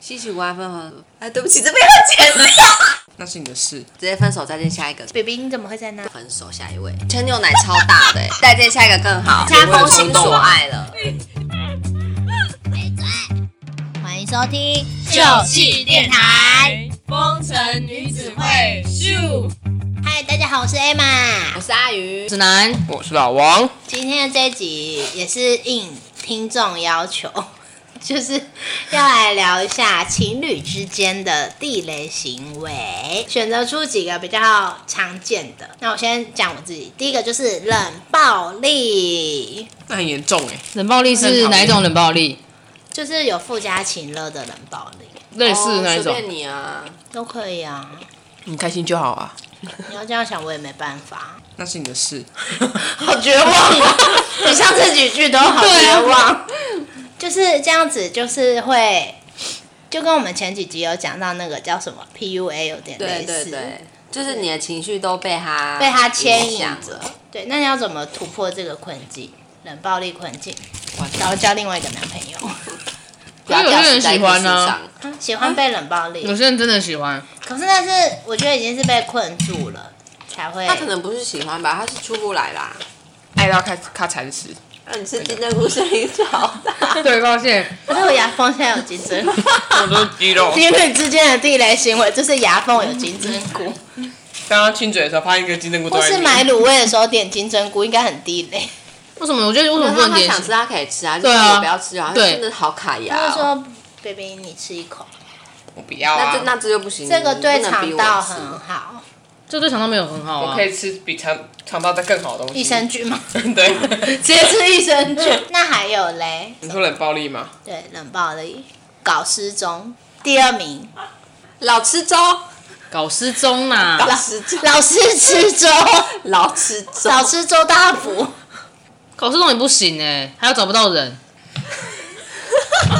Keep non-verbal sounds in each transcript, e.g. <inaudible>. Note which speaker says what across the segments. Speaker 1: 激起无爱分红，
Speaker 2: 哎，对不起，这边要剪掉。
Speaker 3: 那是你的事。
Speaker 1: 直接分手再见下一个，
Speaker 2: baby，你怎么会在那？
Speaker 1: 分手下一位，全牛奶超大
Speaker 2: <laughs>
Speaker 1: 的、欸，再见下一个更好，
Speaker 2: 加
Speaker 1: 封心所爱了。
Speaker 2: 欢迎收听
Speaker 4: 旧气电台，风尘女子会咻，
Speaker 2: 嗨，大家好，我是 Emma
Speaker 1: 我。是阿鱼，
Speaker 4: 指南
Speaker 3: 我是老王，
Speaker 2: 今天的这一集也是应听众要求， <laughs> 就是要来聊一下情侣之间的地雷行为，选择出几个比较常见的。那我先讲我自己，第一个就是冷暴力，
Speaker 3: 那很严重哎、
Speaker 4: 冷暴力是哪一种冷暴力？
Speaker 2: 就是有附加情乐的冷暴力
Speaker 3: 类似那一
Speaker 1: 哦
Speaker 3: 种
Speaker 1: 随，便你啊，
Speaker 2: 都可以啊。
Speaker 3: 你开心就好啊，
Speaker 2: 你要这样想，我也没办法。
Speaker 3: 那是你的 <laughs> 事。
Speaker 2: 好绝望啊！你上这几句都好
Speaker 1: 啊
Speaker 2: 绝望，就是这样子，就是会，就跟我们前几集有讲到那个叫什么 PUA 有点
Speaker 1: 对
Speaker 2: 类
Speaker 1: 对
Speaker 2: 似，
Speaker 1: 对，就是你的情绪都被他
Speaker 2: 被他牵引
Speaker 1: 响
Speaker 2: 着
Speaker 1: 了。。
Speaker 2: 对，那你要怎么突破这个困境？冷暴力困境，然后交另外一个男朋友，
Speaker 1: 啊不要
Speaker 4: 可是有些人
Speaker 1: 掉死在
Speaker 4: 喜
Speaker 1: 一个
Speaker 4: 欢
Speaker 1: 树
Speaker 4: 啊
Speaker 1: 上
Speaker 2: 嗯喜欢被冷暴力，
Speaker 1: 嗯
Speaker 4: 有些人真的喜欢，
Speaker 2: 可是那是我觉得已经是被困住了才会
Speaker 1: 他可能不是喜欢吧，他是出不来啦。
Speaker 3: 爱到咔咔惨死，
Speaker 1: 那你是金针菇声音超大，
Speaker 4: 对，发现
Speaker 2: 可是我牙缝现在有金针
Speaker 1: <laughs>
Speaker 2: 菇，
Speaker 3: 我都肌肉。
Speaker 2: 情侣之间的地雷行为就是牙缝有金针菇。
Speaker 1: 嗯
Speaker 3: 刚刚亲嘴的时候发现一个金针菇
Speaker 2: 或
Speaker 3: 在
Speaker 2: 是
Speaker 3: 里
Speaker 2: 买
Speaker 3: 面，
Speaker 2: 卤味的时候点金针菇，应该很低嘞。
Speaker 4: 为什么？我觉得为什么不
Speaker 1: 那
Speaker 4: 能
Speaker 1: 他
Speaker 4: 点
Speaker 1: 想？吃他可以吃啊，就
Speaker 4: 对
Speaker 1: 是
Speaker 4: 啊
Speaker 1: 我不要吃啊，
Speaker 4: 对
Speaker 1: 真的好卡牙、
Speaker 2: 他
Speaker 1: 哦。
Speaker 2: 说：“baby，你吃一口，
Speaker 3: 我不要
Speaker 1: 那这
Speaker 3: 啊，
Speaker 1: 那这就不行，
Speaker 2: 这个对
Speaker 1: 你嗯不能逼
Speaker 2: 肠
Speaker 1: 我
Speaker 2: 道
Speaker 1: 吃
Speaker 2: 很好，
Speaker 4: 这对肠道没有很好
Speaker 3: 我
Speaker 4: 啊
Speaker 3: 可。以吃比肠肠道再更好的东西。
Speaker 2: 益生菌嘛，
Speaker 3: <laughs> 对，
Speaker 2: 直接吃益生菌。 <laughs> 那还有嘞，
Speaker 3: 你说冷暴力吗？
Speaker 2: 对，冷暴力，搞失踪，第二名，
Speaker 1: 老吃粥，
Speaker 4: 搞失踪啊啦、
Speaker 1: 老吃粥，
Speaker 2: 老是吃粥，
Speaker 1: <laughs> 老吃粥，
Speaker 2: 少吃粥大补。
Speaker 4: 搞失踪也不行哎、还要找不到人，
Speaker 2: 他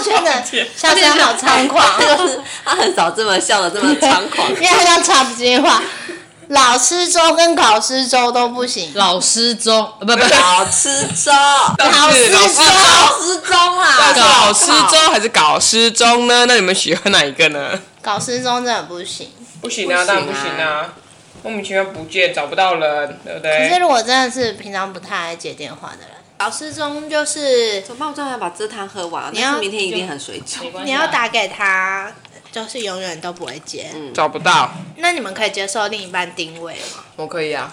Speaker 2: 真的笑声好猖狂，
Speaker 1: 他就是 <laughs> 他很少这么笑的这么猖狂
Speaker 2: <laughs>
Speaker 1: <laughs>
Speaker 2: 因。为他刚插不进话。老吃粥跟搞失粥都不行，
Speaker 4: 老失踪，呃不不，
Speaker 1: 老吃粥，
Speaker 2: 老
Speaker 3: 是
Speaker 2: 失
Speaker 3: 老师
Speaker 2: 粥，
Speaker 1: 老吃粥啊啦，
Speaker 3: 搞失踪还是搞失踪呢？那你们喜欢哪一个呢？
Speaker 2: 搞失踪真的不行。
Speaker 3: 不行啊，当然
Speaker 1: 不
Speaker 3: 不
Speaker 1: 行啊
Speaker 3: 行啊，莫名其妙不见，找不到人，对不
Speaker 2: 可是
Speaker 3: 对？
Speaker 2: 如果真的是平常不太爱接电话的人，老失踪就是
Speaker 1: 怎么办？我正要把这汤喝完，
Speaker 2: 要
Speaker 1: 但是明天一定很水肿。 <laughs>
Speaker 2: 你要打给他，就是永远都不会接。
Speaker 3: 找不到，
Speaker 2: 那你们可以接受另一半定位吗？
Speaker 3: 我可以啊。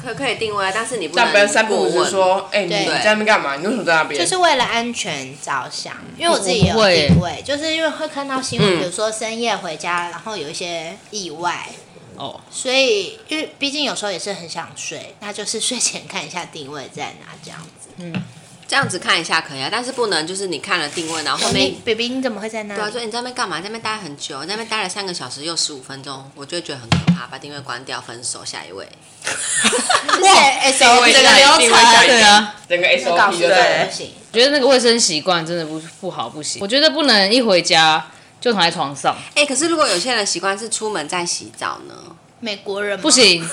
Speaker 1: 可可以定位，啊但是你不
Speaker 3: 但
Speaker 1: 能
Speaker 3: 不要三不五
Speaker 1: 过
Speaker 3: 时
Speaker 1: 问。
Speaker 3: 说，哎、你
Speaker 2: 对
Speaker 3: 你在那边干嘛？你为什么在那边？ <laughs>
Speaker 2: 就是为了安全着想，因为我自己也有
Speaker 4: 我不会
Speaker 2: 定位，就是因为会看到新
Speaker 3: 嗯
Speaker 2: 闻，比如说深夜回家，然后有一些意外，
Speaker 4: 哦，
Speaker 2: 所以因为毕竟有时候也是很想睡，那就是睡前看一下定位在哪这样子。
Speaker 1: 这样子看一下可以啊，但是不能就是你看了定位，然后后面
Speaker 2: 你 baby 你怎么会在那
Speaker 1: 对啊，
Speaker 2: 里？
Speaker 1: 所以你在那边干嘛？你在那边待很久，你在那边待了三个小时又十五分钟，我就会觉得很可怕，把定位关掉，分手，下 <laughs> 一位。
Speaker 2: 就是 SOP
Speaker 3: 定位下一
Speaker 2: 的
Speaker 3: 定
Speaker 2: 流
Speaker 3: 位下一
Speaker 2: 程，
Speaker 4: 对啊，
Speaker 3: 整个
Speaker 2: 就告
Speaker 3: SOP
Speaker 2: 诉
Speaker 3: 就
Speaker 2: 他
Speaker 3: 对
Speaker 2: 不。行。
Speaker 4: 我觉得那个卫生习惯真的不不好不行，我觉得不能一回家就躺在床上，
Speaker 1: 哎、可是如果有些人习惯是出门在洗澡呢？
Speaker 2: 美国人吗
Speaker 4: 不，行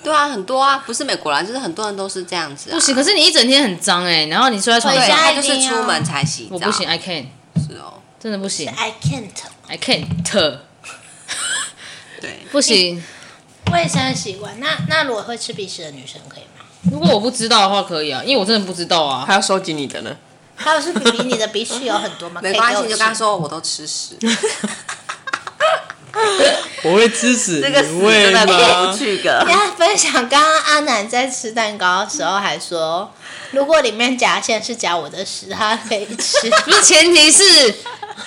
Speaker 1: 对啊，很多啊，不是美国人，就是很多人都是这样子、啊。
Speaker 4: 不行。可是你一整天很脏哎、然后你睡在床
Speaker 1: 对，啊
Speaker 2: 回
Speaker 4: 上，
Speaker 2: 家
Speaker 1: 他
Speaker 2: 一定
Speaker 1: 就是出门才洗澡。
Speaker 4: 我不行，I can，
Speaker 1: 是哦，
Speaker 4: 真的不行
Speaker 2: I can't。
Speaker 4: ，I can't，
Speaker 1: 对，
Speaker 4: 不行。
Speaker 2: 卫生习惯，那那如果会吃鼻屎的女生可以吗？
Speaker 4: 如果我不知道的话，可以啊，因为我真的不知道啊。
Speaker 3: 他要收集你的呢？ <laughs>
Speaker 2: 还有是比比你的鼻屎有很多吗？
Speaker 1: 没关系，
Speaker 2: 可
Speaker 1: 你
Speaker 2: 以
Speaker 1: 就
Speaker 2: 给我
Speaker 1: 跟他
Speaker 2: 吃
Speaker 1: 说哎我都吃屎。
Speaker 3: 我会吃屎，
Speaker 1: <laughs> 这个
Speaker 3: 你
Speaker 1: 屎
Speaker 3: 会
Speaker 1: 真的过
Speaker 3: 吗
Speaker 1: 不？去 <laughs> 的
Speaker 2: 你。要分享，刚刚阿南在吃蛋糕的时候还说，如果里面夹馅是夹我的屎，他可以吃。
Speaker 4: 不是，前提是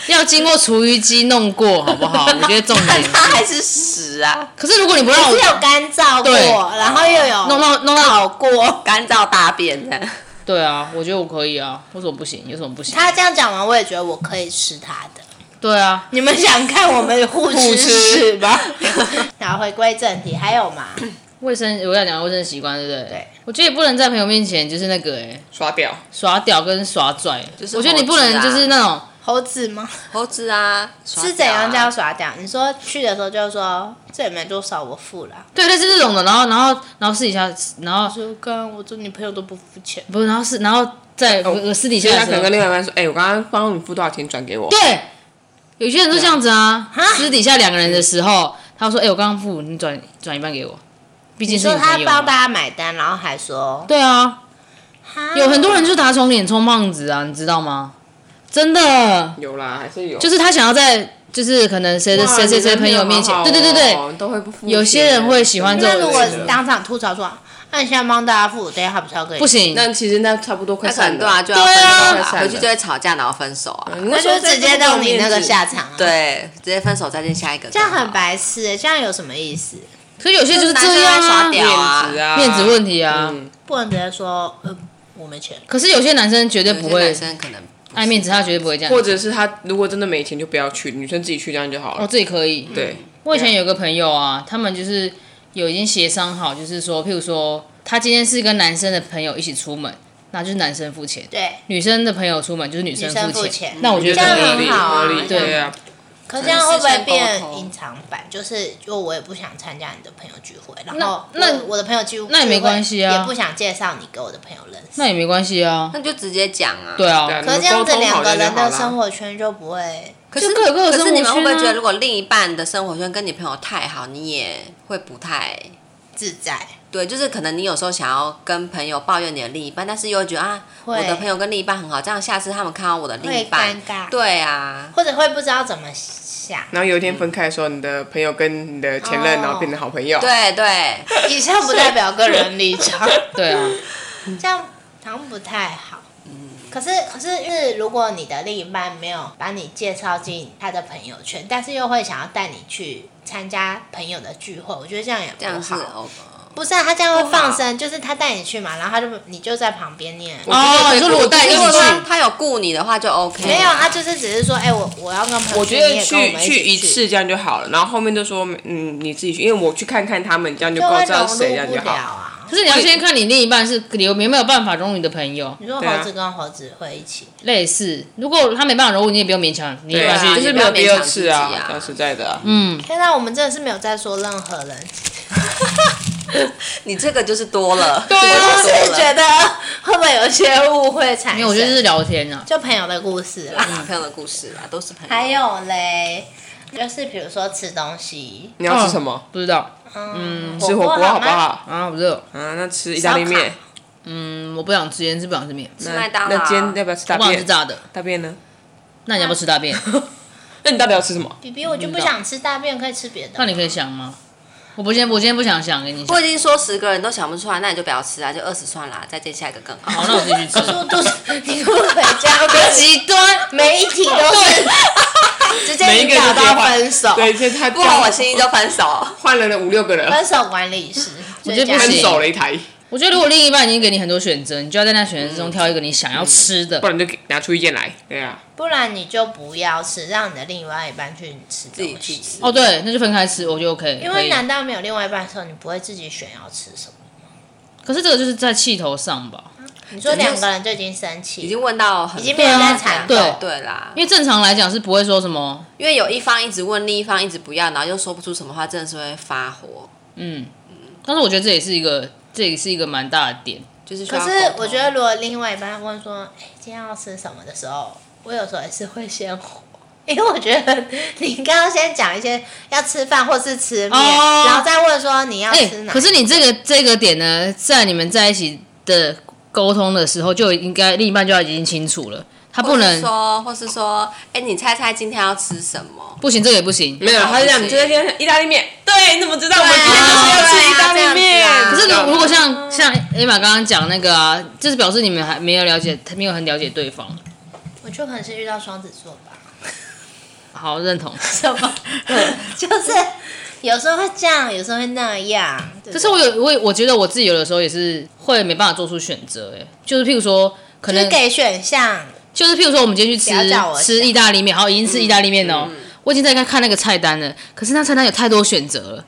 Speaker 4: 要经过厨余机弄过，好不好？我觉得重
Speaker 1: <laughs>
Speaker 4: 点。
Speaker 1: 他啊还是屎啊，
Speaker 4: 可是如果你不让
Speaker 2: 是有
Speaker 4: 我
Speaker 2: 干燥过，
Speaker 4: 对
Speaker 2: 然后又有
Speaker 4: 弄到弄
Speaker 2: 烤
Speaker 4: 到，
Speaker 2: 过。
Speaker 1: 干燥大便的。
Speaker 4: 对啊，我觉得我可以啊，为什么不行？有什么不行？
Speaker 2: 他这样讲完，我也觉得我可以吃他的。
Speaker 4: 对啊，
Speaker 2: 你们想看我们互
Speaker 3: 不
Speaker 2: 吃屎吧？
Speaker 3: 吧。
Speaker 2: 然后回归正题，还有吗？
Speaker 4: 卫生我要讲卫生习惯，对不对？
Speaker 2: 对，
Speaker 4: 我觉得也不能在朋友面前就是那个哎、
Speaker 3: 刷掉，
Speaker 4: 耍屌跟耍拽，
Speaker 1: 就是
Speaker 4: 我觉得你不
Speaker 1: 猴子
Speaker 4: 能
Speaker 1: 啊
Speaker 4: 就是那种
Speaker 2: 猴子吗？
Speaker 1: 猴子啊，耍
Speaker 2: 是怎
Speaker 1: 屌啊
Speaker 2: 样叫？耍屌？你说去的时候就说这也没多少，我付了啊。
Speaker 4: 对类似这种的，然后然后然后私底下，然后
Speaker 2: 就刚我做女朋友都不付钱，
Speaker 4: 不是，然后是然后在
Speaker 3: 哦
Speaker 4: 呃私底下
Speaker 3: 所以他
Speaker 4: 的
Speaker 3: 可
Speaker 4: 时
Speaker 3: 能跟
Speaker 4: 候，
Speaker 3: 另外一半说：“哎、我刚刚帮你付多少钱，转给我。
Speaker 4: 对，有些人都这样子啊
Speaker 2: 哈，
Speaker 4: 私底下两个人的时候，他说：“哎，我刚刚付你转转一半给我，毕
Speaker 2: 你
Speaker 4: 竟是
Speaker 2: 说他
Speaker 4: 朋友嘛。
Speaker 2: 帮大家买单，然后还说”
Speaker 4: 对啊，
Speaker 2: 哈
Speaker 4: 有很多人就是打肿脸充胖子啊，你知道吗？真的，
Speaker 3: 有啦，还是有。
Speaker 4: 就是他想要在就是可能谁的
Speaker 3: 哇
Speaker 4: 谁谁谁
Speaker 3: 你
Speaker 4: 朋
Speaker 3: 人
Speaker 4: 友面
Speaker 3: 好
Speaker 4: 前，
Speaker 3: 好
Speaker 4: 对对对对，
Speaker 3: 哦，都会不付钱。
Speaker 4: 有些人会喜欢这
Speaker 2: 那
Speaker 4: 种
Speaker 2: 如
Speaker 4: 人。
Speaker 2: 果当场吐槽说，那你现在帮大家付，等一下他不是要跟你
Speaker 4: 不，行，
Speaker 3: 那其实那差不多快
Speaker 1: 那可
Speaker 3: 散了，
Speaker 1: 能对啊，就要分手
Speaker 3: 对
Speaker 1: 了，
Speaker 3: 啊
Speaker 1: 回去就会吵架，然后分手啊。
Speaker 3: 嗯
Speaker 2: 那就直接到你那个下场、啊。，
Speaker 1: 对，直接分手再见下一个
Speaker 2: 这
Speaker 1: 更好，
Speaker 2: 样很白痴、欸，这样有什么意思？
Speaker 4: 所以有些就是
Speaker 1: 男生
Speaker 4: 这样
Speaker 1: 在
Speaker 4: 啊
Speaker 1: 耍，屌
Speaker 3: 面
Speaker 1: 啊
Speaker 3: 子啊，
Speaker 4: 面子问题啊。
Speaker 3: 嗯
Speaker 2: 不能直接说，呃，我没钱。
Speaker 4: 可是有些男生绝
Speaker 1: 有
Speaker 4: 对不
Speaker 1: 些
Speaker 4: 会
Speaker 1: 男生可能
Speaker 4: 爱面子，他绝对不会这样。
Speaker 3: 或者是他如果真的没钱就不要去，女生自己去这样就好
Speaker 4: 我
Speaker 3: 了。
Speaker 4: 自己哦可以。
Speaker 3: 对，
Speaker 4: 我以前有个朋友啊，他们就是有已经协商好，就是说，譬如说，他今天是跟男生的朋友一起出门，那就是男生付钱；
Speaker 2: 对，
Speaker 4: 女生的朋友出门就是女生
Speaker 2: 女生
Speaker 4: 付
Speaker 2: 付钱
Speaker 4: 那我觉
Speaker 3: 觉
Speaker 4: 得
Speaker 3: 得
Speaker 2: 这样
Speaker 4: 可
Speaker 2: 很
Speaker 3: 合理，
Speaker 2: 好啊
Speaker 3: 合理，
Speaker 2: 这样
Speaker 3: 对啊。
Speaker 2: 可这样会不会
Speaker 1: 可能
Speaker 2: 变
Speaker 1: 私生沟通
Speaker 2: 隐藏版？就是，就我也不想参加你的朋友聚会，然后
Speaker 4: 那那
Speaker 2: 我我的朋友聚会
Speaker 4: 那也没关系啊
Speaker 2: 也不想介绍你给我的朋友认识。
Speaker 4: 那也没关系啊。
Speaker 1: 那就直接讲啊。
Speaker 4: 对
Speaker 3: 对啊
Speaker 4: 啊，
Speaker 2: 可是这样子，
Speaker 3: 你们
Speaker 2: 两
Speaker 3: 沟通好
Speaker 2: 个
Speaker 3: 就
Speaker 2: 人的
Speaker 3: 好啦
Speaker 2: 生活圈就不会。
Speaker 1: 可是
Speaker 4: 就各有各的
Speaker 1: 可是你们会
Speaker 4: 生活圈啊
Speaker 1: 不会觉得，如果另一半的生活圈跟你朋友太好，你也会不太
Speaker 2: 自在，
Speaker 1: 对？就是可能你有时候想要跟朋友抱怨你的另一半，但是又会觉得啊，我
Speaker 2: 会
Speaker 1: 的朋友跟另一半很好，这样下次他们看到我的另一半
Speaker 2: 会，尴尬
Speaker 1: 对啊，
Speaker 2: 或者会不知道怎么想。
Speaker 3: 然后有一天分开的时候，你的朋友跟你的前任，
Speaker 2: 哦
Speaker 3: 然后变成好朋友。
Speaker 1: 对对，
Speaker 2: 以上不代表个人立场，
Speaker 4: <laughs> 对啊，
Speaker 3: 嗯
Speaker 2: 这样好像不太好。可是可是，是如果你的另一半没有把你介绍进他的朋友圈，但是又会想要带你去参加朋友的聚会，我觉得这样也
Speaker 1: 这样
Speaker 2: 不
Speaker 1: 是
Speaker 2: 好。
Speaker 1: 哦，
Speaker 2: 不是啊，他这样
Speaker 1: 不
Speaker 2: 会
Speaker 1: 好
Speaker 2: 放生，就是他带你去嘛，然后他就你就在旁边念。
Speaker 3: 我觉得
Speaker 4: 哦你说如果带
Speaker 1: 如
Speaker 4: 一
Speaker 1: 果
Speaker 4: 起
Speaker 1: 他他有顾你的话就 OK，
Speaker 2: 没有，啊他就是只是说，哎、我我要跟朋友
Speaker 3: 我觉得
Speaker 2: 你也跟我
Speaker 3: 去
Speaker 2: 们
Speaker 3: 去
Speaker 2: 一
Speaker 3: 一
Speaker 2: 起
Speaker 3: 次这样就好了，然后后面就说嗯你自己去，因为我去看看他们，这样就
Speaker 2: 就
Speaker 3: 够
Speaker 2: 会
Speaker 3: 知道谁这
Speaker 2: 融
Speaker 3: 样
Speaker 2: 入
Speaker 3: 就
Speaker 2: 不了
Speaker 3: 好。
Speaker 2: 啊。
Speaker 4: 可是你要先看你另一半是有没有办法融入你的朋友，
Speaker 2: 你说
Speaker 3: 对啊
Speaker 2: 猴子跟猴子会一起，
Speaker 4: 类似。如果他没办法融入，你也不用勉强你
Speaker 3: 对
Speaker 4: 另一
Speaker 3: 啊，
Speaker 4: 半
Speaker 1: 对啊
Speaker 4: 去。
Speaker 3: 就是
Speaker 1: 也不
Speaker 3: 没
Speaker 1: 要
Speaker 3: 有第
Speaker 1: 勉
Speaker 3: 二
Speaker 1: 强自
Speaker 3: 次
Speaker 1: 己啊
Speaker 3: 啊，讲实在的啊，
Speaker 4: 嗯，
Speaker 2: 天哪，我们真的是没有在说任何人，
Speaker 1: 你这个就是多了，
Speaker 4: 对
Speaker 1: 我
Speaker 4: 啊
Speaker 2: 就
Speaker 1: 就多
Speaker 2: 是
Speaker 1: 了
Speaker 2: 觉得会不会有些误会产生？
Speaker 4: 没有，我觉得是聊天啊。
Speaker 2: 就朋友的故事啦。
Speaker 1: 啊朋友的故事啦，都是朋友。
Speaker 2: 还有嘞，就是比如说吃东西，
Speaker 3: 你要吃什么？
Speaker 4: 不知道
Speaker 2: 嗯，
Speaker 3: 吃火锅好不
Speaker 2: 吗？
Speaker 3: 好？
Speaker 4: 啊，不热。
Speaker 3: 啊，那吃意大利
Speaker 2: 烧
Speaker 3: 面
Speaker 2: 烤，
Speaker 4: 嗯，我不想吃盐，是不想吃面，
Speaker 1: 吃
Speaker 3: 那
Speaker 1: 麦当劳，
Speaker 3: 那今天要不要吃大
Speaker 4: 我不想吃
Speaker 3: 便？
Speaker 4: 炸的。
Speaker 3: 大便呢？
Speaker 4: 那你要不要吃大便？
Speaker 3: 那你到底要吃什么？
Speaker 2: 比比，我就不想吃大便，可以吃别的。
Speaker 4: 那你可以想吗？我不今天我今天不想想给你想
Speaker 1: 我已经说十个人都想不出来，那你就不要吃啊，就二十算啦，再见下一个更好。
Speaker 4: 好，那我自己去吃。
Speaker 2: 速度， <laughs> 你可不可以这样？
Speaker 4: 极端，
Speaker 2: 每一题都是 <laughs> 直接
Speaker 3: 每一
Speaker 2: 引
Speaker 3: 个
Speaker 2: 导
Speaker 3: 人都
Speaker 2: 到分手，
Speaker 3: 对，这他
Speaker 1: 不然我心意就分手。
Speaker 3: 换了五六个人，
Speaker 2: 分手管理师，
Speaker 4: 我觉得不
Speaker 3: 分
Speaker 4: 行
Speaker 3: 手了一台，
Speaker 4: 我觉得如果另一半已经给你很多选择，你就要在那选择之中挑一个你想要吃的
Speaker 3: 不。然就给拿出意见来。对啊，
Speaker 2: 不然你就不要吃，让你的另外一半去吃
Speaker 1: 自己
Speaker 2: 东
Speaker 1: 去
Speaker 2: 西。
Speaker 1: 吃。
Speaker 4: 哦，对，那就分开吃，我就 OK。
Speaker 2: 因
Speaker 4: 可
Speaker 2: 为
Speaker 4: 以
Speaker 2: 难道没有另外一半的时候，你不会自己选要吃什么？
Speaker 4: 可是这个就是在气头上吧，
Speaker 2: 你说两个人就已经生气，
Speaker 1: 已经问到很
Speaker 2: 已经没有在缠斗
Speaker 1: 对对啦，
Speaker 4: 因为正常来讲是不会说什么，
Speaker 1: 因为有一方一直问，另一方一直不要，然后又说不出什么话，真的是会发火，
Speaker 4: 嗯。但是我觉得这也是一个，这也是一个蛮大的点。
Speaker 1: 就是需
Speaker 2: 可
Speaker 1: 要沟
Speaker 2: 是
Speaker 1: 通
Speaker 2: 我觉得，如果另外一半问说“哎、今天要吃什么”的时候，我有时候也是会先火，因为我觉得你刚刚先讲一些要吃饭或是吃面，
Speaker 4: 哦
Speaker 2: 然后再问说你要
Speaker 4: 哎、
Speaker 2: 吃哪。
Speaker 4: 可是你这个这个点呢，在你们在一起的沟通的时候，就应该另一半就要已经清楚了，他不
Speaker 1: 或是
Speaker 4: 能
Speaker 1: 说，或是说，哎、你猜猜今天要吃什么？
Speaker 4: 不行，这个也不行。
Speaker 3: 没有，他就这样，你就在天意大利面。对，你怎么知道我们今天就是要吃意大利
Speaker 1: 对
Speaker 3: 面？
Speaker 1: 啊
Speaker 4: 可
Speaker 1: 这
Speaker 4: 是
Speaker 1: 样子
Speaker 4: 如如果像像 Emma 刚刚讲那个啊，就是表示你们还没有了解，没有很了解对方。
Speaker 2: 我就可能是遇到双子座
Speaker 4: <laughs>
Speaker 2: 吧，
Speaker 4: 好，认同。
Speaker 2: 什么？就是有时候会这样，有时候会那样。对
Speaker 4: 可
Speaker 2: 不
Speaker 4: 是
Speaker 2: 对
Speaker 4: 我有我我觉得我自己有的时候也是会没办法做出选择，哎，就是譬如说，可
Speaker 2: 就是
Speaker 4: 能
Speaker 2: 给选项，
Speaker 4: 就是譬如说我们今天去吃
Speaker 2: 不要叫我想
Speaker 4: 吃意大利面，好，已经吃意大利面哦，我已经在看看那个菜单了，可是那菜单有太多选择了，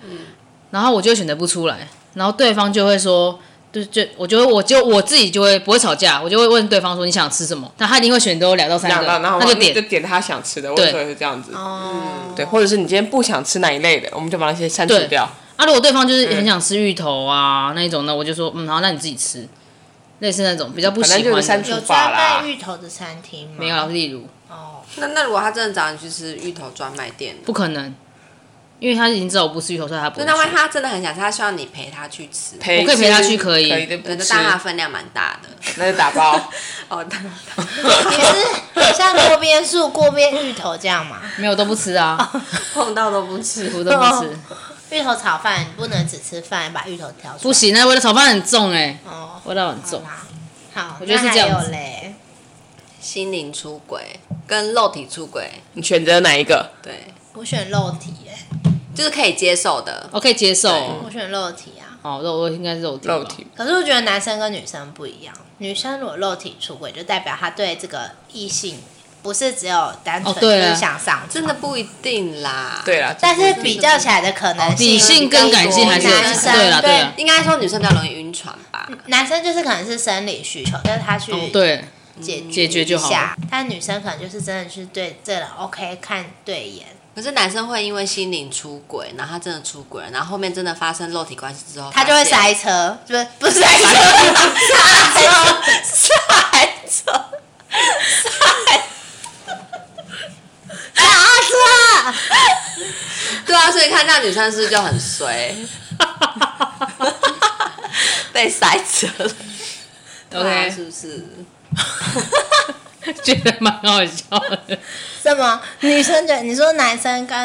Speaker 4: 然后我就选择不出来，然后对方就会说。就就我就会我就我自己就会不会吵架，我就会问对方说你想吃什么，那他一定会选择我两到三
Speaker 3: 然
Speaker 4: 个，
Speaker 3: 后然后
Speaker 4: 那就
Speaker 3: 你
Speaker 4: 点
Speaker 3: 就点他想吃的，我
Speaker 4: 对
Speaker 3: 有时候也是这样子。
Speaker 4: 嗯
Speaker 2: 哦，
Speaker 3: 对，或者是你今天不想吃哪一类的，我们就把那些删除
Speaker 4: 对
Speaker 3: 掉。
Speaker 4: 嗯啊，如果对方就是很想吃芋头啊、那一种呢，我就说，嗯，好，那你自己吃。类似那种比较不
Speaker 3: 反正
Speaker 4: 喜
Speaker 3: 就是
Speaker 4: 欢
Speaker 3: 删
Speaker 4: 的。
Speaker 3: 除
Speaker 2: 有
Speaker 3: 法
Speaker 2: 专卖
Speaker 3: 啦。
Speaker 2: 芋头的餐厅吗？
Speaker 4: 没有啦，例如
Speaker 2: 哦，
Speaker 1: 那那如果他真的找你去吃芋头专卖店，
Speaker 4: 不可能，因为他已经知道我不吃芋头，所以他不
Speaker 1: 那
Speaker 4: 会
Speaker 1: 那万一
Speaker 4: 去。
Speaker 1: 他真的很想吃，他希望你陪他去吃，
Speaker 3: 陪
Speaker 4: 我可以陪他
Speaker 3: 吃
Speaker 4: 去可以
Speaker 3: 可以，对不
Speaker 1: 对，那
Speaker 3: 吃，
Speaker 1: 但他的分量蛮大的。
Speaker 3: 那就打
Speaker 4: <laughs>
Speaker 3: 包。
Speaker 1: <laughs> 哦，当
Speaker 2: 你是像锅边素、锅边芋头这样吗？
Speaker 4: 没有都不
Speaker 3: <laughs>
Speaker 4: 吃啊，
Speaker 1: <laughs> 碰到都不
Speaker 4: <laughs>
Speaker 1: 吃，
Speaker 4: 我都不吃，
Speaker 2: 芋头炒饭不能只吃饭，把芋头挑出来。
Speaker 4: 不行，那味道炒饭很重哎，
Speaker 2: 哦，
Speaker 4: 味道很
Speaker 2: 好
Speaker 4: 重。
Speaker 2: 啦，好，
Speaker 4: 我觉得是这样子
Speaker 2: 那还有嘞。
Speaker 1: 心灵出轨跟肉体出轨，
Speaker 3: 你选择哪一个？
Speaker 1: 对，
Speaker 2: 我选肉体耶，
Speaker 1: 就是可以接受的。
Speaker 4: 我可以接受哦，
Speaker 2: 我选肉体啊。
Speaker 4: 哦肉我应该是肉体吧
Speaker 3: 肉体。
Speaker 2: 可是我觉得男生跟女生不一样，女生如果肉体出轨，就代表她对这个异性不是只有单纯
Speaker 4: 哦对啊
Speaker 2: 就是想上床，
Speaker 1: 真的不一定啦，，
Speaker 3: 对啦，
Speaker 2: <laughs> 但是比较起来的可能性，
Speaker 4: 理性跟感性还是有
Speaker 2: 男
Speaker 4: 差，
Speaker 2: 生
Speaker 4: 对啦
Speaker 2: 对
Speaker 4: 对啦，
Speaker 1: 应该说女生比较容易晕船吧。
Speaker 2: 男生就是可能是生理需求，但是他去
Speaker 4: 哦对， <laughs>
Speaker 2: 解
Speaker 4: 解决就
Speaker 2: 一
Speaker 4: 好
Speaker 2: 下，但女生可能就是真的是对这人 OK 看对眼，
Speaker 1: 可是男生会因为心灵出轨，然后他真的出轨了，然后后面真的发生肉体关系之后，
Speaker 2: 他就会
Speaker 1: 发现
Speaker 2: 塞车，不是不是塞车，塞车塞车塞车，
Speaker 1: <laughs> 对啊，所以看到女生是不是就很
Speaker 4: <laughs>
Speaker 1: 衰， <laughs> 被塞车了。对啊
Speaker 4: OK
Speaker 1: 是不是？
Speaker 4: 觉得蛮好笑的。
Speaker 2: 什么女生觉得你说男生跟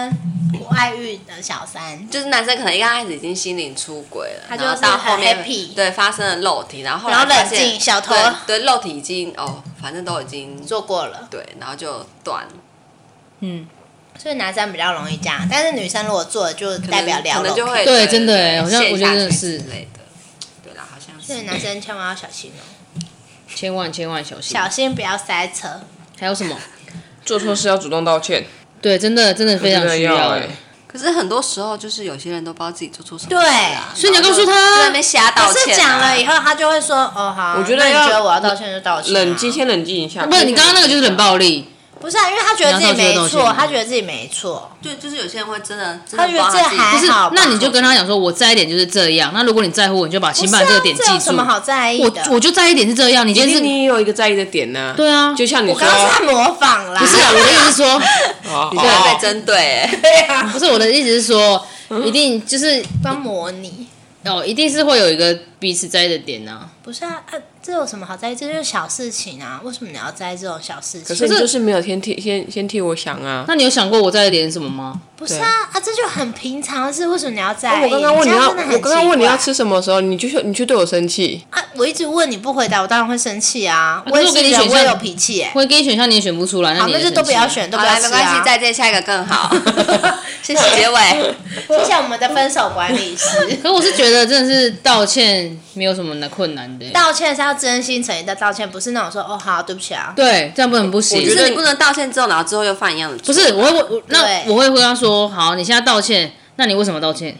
Speaker 2: 外遇的小三，
Speaker 1: 就是男生可能一开始已经心灵出轨了，
Speaker 2: 他
Speaker 1: 然后
Speaker 2: 就是
Speaker 1: 到
Speaker 2: 很
Speaker 1: 后面
Speaker 2: happy
Speaker 1: 对发生了肉体，然后后来
Speaker 2: 然后
Speaker 1: 发
Speaker 2: 冷
Speaker 1: 现
Speaker 2: 静小偷
Speaker 1: 对对肉体已经哦，反正都已经
Speaker 2: 做过了，
Speaker 1: 对，然后就断，
Speaker 4: 嗯，
Speaker 3: <laughs>
Speaker 2: 所以男生比较容易这样，但是女生如果做了就
Speaker 1: 可能
Speaker 2: 代表聊
Speaker 1: 可能就
Speaker 2: 了，
Speaker 1: 会
Speaker 4: 对真的哎好像
Speaker 1: 陷
Speaker 4: 我觉得
Speaker 1: 下去
Speaker 4: 真的是
Speaker 1: 之类的，对啦，好像
Speaker 2: 所以
Speaker 1: 是。
Speaker 2: 男生千万要小心哦，
Speaker 4: 千万千万小心。
Speaker 2: 小心不要塞车。
Speaker 4: 还有什么？
Speaker 3: 做错事要主动道歉，
Speaker 4: 对，真的真的非常
Speaker 3: 真的
Speaker 4: 需要
Speaker 3: 哎
Speaker 4: 哎。
Speaker 1: 可是很多时候就是有些人都不知道自己做错什么
Speaker 2: 对
Speaker 1: 事啊，
Speaker 4: 所以你要告诉他
Speaker 1: 然后就在那边瞎道
Speaker 2: 可
Speaker 1: 歉啊。
Speaker 2: 是讲了以后，他就会说：“哦，好啊，
Speaker 3: 我觉得
Speaker 2: 那你
Speaker 3: 要
Speaker 2: 觉得我要道歉就道歉、啊。”
Speaker 3: 冷静，先冷静一下。
Speaker 4: 不是你刚刚那个就是冷暴力，
Speaker 2: 不是啊，因为他觉得自己没
Speaker 4: 你要道歉就
Speaker 2: 错，
Speaker 4: 道歉
Speaker 2: 他觉得自己没错，
Speaker 1: 对，就是有些人会真的，真
Speaker 2: 他
Speaker 1: 的
Speaker 2: 觉
Speaker 1: 不知
Speaker 2: 得
Speaker 1: 道他
Speaker 2: 这
Speaker 1: 自己
Speaker 2: 还
Speaker 4: 不是
Speaker 2: 好吧？
Speaker 4: 那你就跟他讲说，我在意点就是这样。那如果你在乎我，你就把
Speaker 2: 不
Speaker 4: 请
Speaker 2: 是啊
Speaker 4: 把这个点
Speaker 2: 这
Speaker 4: 记
Speaker 2: 有什
Speaker 4: 住。
Speaker 2: 么好在意
Speaker 4: 我
Speaker 2: 的？
Speaker 4: 我就在意点是这样，你
Speaker 3: 一
Speaker 4: 今
Speaker 3: 定
Speaker 4: 天是
Speaker 3: 你也有一个在意的点呢。
Speaker 4: 对啊
Speaker 3: 就像你
Speaker 2: 我
Speaker 3: 说
Speaker 2: 刚，刚是在模仿啦，
Speaker 4: 不是啊？我的意思是说，
Speaker 3: 哦
Speaker 1: 你真的被
Speaker 3: 哦
Speaker 1: 针对、欸，
Speaker 2: 啊
Speaker 4: 不是我的意思是说，一定就是
Speaker 2: 帮模拟。
Speaker 4: 哦，一定是会有一个彼此在意的点呐。
Speaker 2: 不是啊，啊，这有什么好在意？这就是小事情啊，为什么你要在意这种小事
Speaker 3: 可
Speaker 2: 情？
Speaker 3: 是你就是没有先替先先替我想啊。
Speaker 4: 那你有想过我在意点是什么吗？
Speaker 2: 不是啊，啊，这就很平常的事，为什哎么你要在意？
Speaker 3: 哎我刚刚问你
Speaker 2: 这
Speaker 3: 要，
Speaker 2: 样真的很
Speaker 3: 我刚刚问你要
Speaker 2: 奇
Speaker 3: 吃什么的时候，你就你就对我生气。
Speaker 2: 怪啊，我一直问你不回答，我当然会生气啊。
Speaker 4: 可是
Speaker 2: 也
Speaker 4: 我给
Speaker 2: 是
Speaker 4: 你
Speaker 2: 人，
Speaker 4: 选
Speaker 2: 我
Speaker 4: 项
Speaker 2: 也有脾气耶。
Speaker 4: 我会给你选项，你也选不出来，那
Speaker 2: 好，
Speaker 4: 你
Speaker 2: 那
Speaker 4: 也
Speaker 3: 啊
Speaker 2: 就都不
Speaker 4: 生气
Speaker 2: 要。选，都
Speaker 1: 好
Speaker 2: 不要
Speaker 1: 啦，
Speaker 2: 吃
Speaker 1: 没关系
Speaker 2: 啊，。
Speaker 1: 再见下一个更
Speaker 2: <laughs>
Speaker 1: 好。谢谢结尾，
Speaker 2: 谢谢我们的分手管
Speaker 3: <laughs>
Speaker 2: 理师。
Speaker 4: 可我是觉得真的是道歉没有什么难困难的欸。
Speaker 2: 道歉是要真心诚意的道歉，不是那种说哦好对不起啊。
Speaker 4: 对，这样不能不行。
Speaker 1: 就
Speaker 3: 觉得
Speaker 1: 是你不能道歉之后，然后之后又犯一样的错。
Speaker 4: 不是，我会我我那
Speaker 2: 对
Speaker 4: 我会回答说，好，你现在道歉，那你为什么道歉？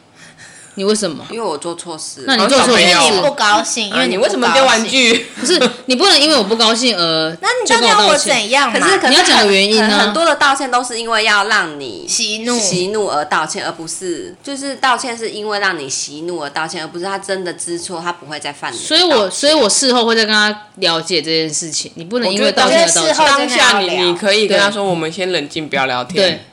Speaker 4: 你为什么？
Speaker 1: 因为我做错事。哦
Speaker 4: 那你
Speaker 3: 好
Speaker 4: 做
Speaker 3: 像
Speaker 4: 错
Speaker 3: 没
Speaker 4: 事
Speaker 3: 有
Speaker 2: 因为你不高兴，因
Speaker 3: 啊
Speaker 2: 为
Speaker 3: 你
Speaker 2: 不
Speaker 3: 为什么
Speaker 2: 高
Speaker 3: 丢
Speaker 2: 兴
Speaker 3: 玩？ <laughs> 具？
Speaker 4: 不是 <laughs> 你不能因为我不高兴而
Speaker 2: 那你
Speaker 4: 就
Speaker 2: 到底
Speaker 4: 跟
Speaker 2: 要
Speaker 4: 道
Speaker 2: 我
Speaker 4: 歉。
Speaker 2: 怎样嘛？
Speaker 1: 可是，可是
Speaker 4: 你要讲的原因呢
Speaker 1: 很很多的道歉都是因为要让你
Speaker 2: 息怒
Speaker 1: 息怒而道歉，而不是就是道歉是因为让你息怒而道歉，而不是他真的知错，他不会再犯你的
Speaker 4: 所以
Speaker 1: 道
Speaker 4: 我
Speaker 1: 歉
Speaker 4: 所以我事后会再跟他了解这件事情，你不能因
Speaker 3: 我觉得
Speaker 4: 为道歉而
Speaker 2: 我觉
Speaker 4: 道
Speaker 2: 得事后
Speaker 4: 歉。
Speaker 3: 当
Speaker 2: 真的
Speaker 3: 下你
Speaker 2: 要聊
Speaker 3: 你可以跟他说，我们先冷静，不要聊
Speaker 4: 对
Speaker 3: 天。，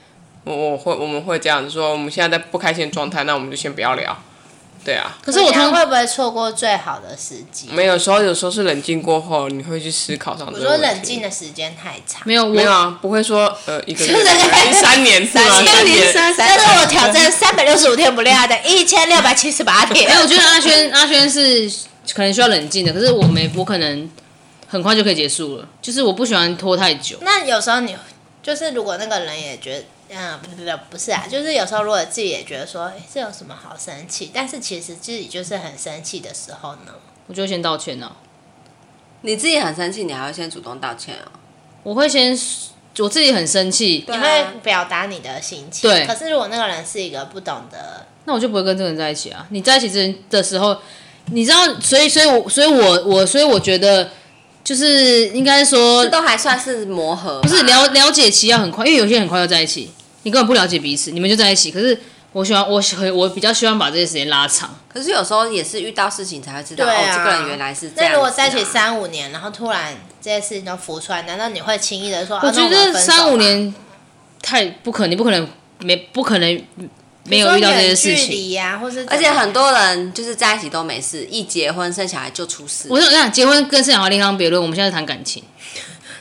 Speaker 3: 我我会我们会这样说，我们现在在不开心的状态，那我们就先不要聊。对啊，
Speaker 4: 可是我
Speaker 2: 这样
Speaker 4: 通
Speaker 2: 会不会错过最好的时机？
Speaker 3: 没有时候有时候是冷静过后，你会去思考上。
Speaker 2: 我说冷静。的时间太长。
Speaker 4: 没有
Speaker 3: 没有
Speaker 4: 我
Speaker 3: 啊，不会说呃一个月、
Speaker 2: 是的
Speaker 3: 哎三年是吗？
Speaker 2: 啊三年
Speaker 3: 三年，
Speaker 2: 这是我挑战三百六十五天不恋爱的一千六百七十 <laughs> 八天
Speaker 4: 没。有，我觉得阿轩阿轩是可能需要冷静的，可是我没我可能很快就可以结束了，就是我不喜欢拖太久。
Speaker 2: 那有时候你就是，如果那个人也觉得，嗯，不不不，不是啊，就是有时候如果自己也觉得说，哎、这有什么好生气？但是其实自己就是很生气的时候呢，
Speaker 4: 我就先道歉啊了，
Speaker 1: 你自己很生气，你还会先主动道歉哦。
Speaker 4: 我会先我自己很生气，
Speaker 2: 你
Speaker 1: 啊
Speaker 2: 会表达你的心情。
Speaker 4: 对
Speaker 2: 可是如果那个人是一个不懂得，
Speaker 4: 那我就不会跟这个人在一起啊。你在一起之的时候，你知道，所以，所以我，所以我，我，所以我觉得，就是应该说
Speaker 1: 这，都还算是磨合吧，
Speaker 4: 不是了了解期要很快，因为有些人很快就在一起，你根本不了解彼此，你们就在一起。可是我喜欢我喜我比较希望把这些时间拉长。
Speaker 1: 可是有时候也是遇到事情才会知道，
Speaker 2: 对啊
Speaker 1: 哦，这个人原来是这样、
Speaker 2: 那如果在一起，三五年，然后突然这些事情都浮出来，难道你会轻易的说？啊
Speaker 4: 我觉
Speaker 2: 那
Speaker 4: 得
Speaker 2: 们分手吧
Speaker 4: 三五年太不可能，你不可能没不可能没有
Speaker 2: 说
Speaker 4: 遇到这些
Speaker 2: 远
Speaker 4: 事
Speaker 2: 距
Speaker 4: 情。
Speaker 2: 离呀、或是
Speaker 1: 而且很多人就是在一起都没事，一结婚生小孩就出事。
Speaker 4: 我是想结婚跟生小孩另当别论，我们现在谈感情，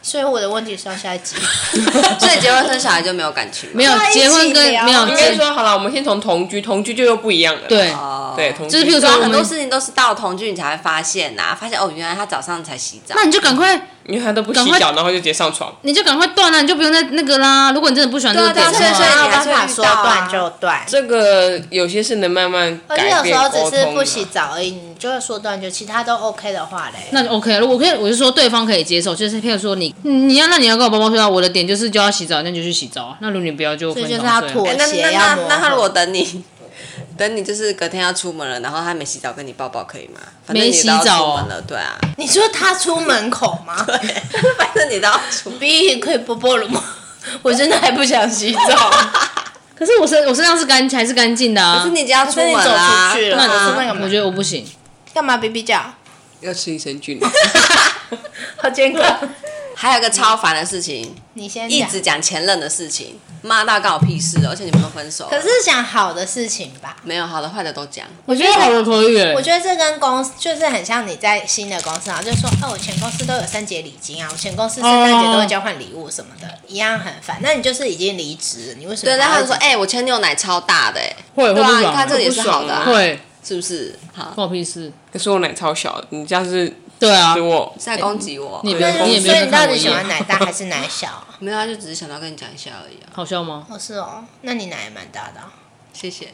Speaker 2: 所以我的问题是要下一 <laughs> 集。
Speaker 1: 所以结婚生小孩就没有感情吗，
Speaker 4: 没有
Speaker 2: 在一起
Speaker 4: 结婚跟
Speaker 2: 聊
Speaker 4: 没有
Speaker 3: 应
Speaker 2: 应
Speaker 3: 该
Speaker 4: 结
Speaker 3: 说好了，我们先从同居，同居就又不一样了。
Speaker 4: 对，
Speaker 1: 哦，
Speaker 3: 对，同居
Speaker 4: 就是譬如
Speaker 1: 所以
Speaker 4: 说我
Speaker 1: 很多
Speaker 4: 们，
Speaker 1: 事情都是到同居你才会发现呐、发现哦，原来他早上才洗澡。
Speaker 4: 那你就赶快
Speaker 3: 因为他都不洗
Speaker 4: 赶快
Speaker 3: 脚，然后就直接上床。
Speaker 4: 你就赶快断了，啊你就不用再那个啦。如果你真的不喜欢这个
Speaker 1: 对
Speaker 4: 点
Speaker 1: 啊
Speaker 4: 的
Speaker 1: 对啊所以所以
Speaker 4: 话，
Speaker 1: 你
Speaker 2: 没有
Speaker 1: 还
Speaker 2: 办
Speaker 1: 是会
Speaker 2: 法
Speaker 1: 遇
Speaker 2: 说
Speaker 1: 到啊
Speaker 2: 断就断。
Speaker 3: 这个有些是能慢慢
Speaker 2: 而且
Speaker 3: 改
Speaker 2: 哦有时
Speaker 3: 变
Speaker 2: 候
Speaker 3: 沟
Speaker 2: 只是
Speaker 3: 通
Speaker 2: 不
Speaker 3: 的。
Speaker 2: 洗澡而已，你就会说断就，其他都 OK 的话嘞。
Speaker 4: 那就 OK 了。如果可以，我就说对方可以接受，就是譬如说你，嗯你你要那你要跟我包包说啊，我的点就是就要洗澡，那你就去洗澡啊。那如果你不要就分
Speaker 2: 所以
Speaker 4: 床
Speaker 2: 就是要
Speaker 4: 睡啊
Speaker 2: 妥
Speaker 1: 哎那
Speaker 2: 鞋
Speaker 1: 那
Speaker 2: 要
Speaker 1: 那
Speaker 2: 磨
Speaker 1: 那他
Speaker 2: 合
Speaker 1: 如果等你， <laughs> 等你就是隔天要出门了，然后他没洗澡跟你抱抱可以吗？反正
Speaker 4: 没
Speaker 1: 你都要
Speaker 4: 洗澡
Speaker 1: 出
Speaker 4: 哦
Speaker 1: 门了，对啊， <laughs>
Speaker 2: 你说他出门口 <laughs> 吗？
Speaker 1: 反正你都要出
Speaker 2: <laughs>
Speaker 1: 门。
Speaker 2: 比可以波波了吗？ <laughs> 我真的还不想洗澡，
Speaker 4: 可是我身我身上是干还是干净的
Speaker 1: 可
Speaker 4: 啊
Speaker 1: 是。你已经要出
Speaker 2: 所以
Speaker 1: 门
Speaker 2: 你走
Speaker 1: 啦、
Speaker 2: 出去了，
Speaker 1: 对
Speaker 2: 我出
Speaker 1: 啊
Speaker 2: 门干嘛
Speaker 4: 我觉得我不行，
Speaker 2: <laughs> 干嘛？比比叫，
Speaker 3: 要吃益生菌，
Speaker 2: <laughs>
Speaker 3: 啊
Speaker 2: 好健康。
Speaker 1: 还有一个超烦的事情，
Speaker 2: <laughs> 你先
Speaker 1: 一
Speaker 2: 讲
Speaker 1: 直讲前任的事情，妈到告我屁事哦，而且你们都分手了。
Speaker 2: 可是讲好的事情吧。
Speaker 1: 没有好的坏的都讲，
Speaker 4: 我觉得好的可以耶。
Speaker 2: 我觉得这跟公司就是很像你在新的公司啊，就说哦，我前公司都有三节礼金啊，我前公司圣诞节都会交换礼物什么的，一样很烦。那你就是已经离职了，你为什么
Speaker 1: 对，
Speaker 2: 还
Speaker 1: 但他
Speaker 2: 要
Speaker 1: 就说，
Speaker 2: 讲
Speaker 1: 哎、我前女友奶超大的、哎，
Speaker 4: 会会
Speaker 1: 对啊，
Speaker 4: 不
Speaker 1: 你
Speaker 4: 爽
Speaker 1: 看这
Speaker 4: 啊，
Speaker 1: 个也是好的、
Speaker 3: 不
Speaker 1: 啊，
Speaker 3: 爽
Speaker 4: 会
Speaker 1: 是不是？好，
Speaker 4: 关我屁事。
Speaker 3: <laughs> 可是我奶超小的，你这样是
Speaker 4: 对啊
Speaker 3: 对，我
Speaker 1: 是在攻击我？
Speaker 4: 你不
Speaker 3: 对
Speaker 4: 要
Speaker 3: 啊
Speaker 4: 你也没
Speaker 2: 所以
Speaker 4: 有
Speaker 2: 你到
Speaker 4: 看我
Speaker 2: 底
Speaker 4: 一
Speaker 2: 喜欢
Speaker 4: 眼，
Speaker 2: 奶大还是奶小啊？
Speaker 1: 没有，他就只是想到跟你讲一下而已啊。
Speaker 4: 好
Speaker 2: <laughs>
Speaker 4: 笑吗？
Speaker 2: 哦，是哦，那你奶也蛮大的啊、
Speaker 1: 谢谢。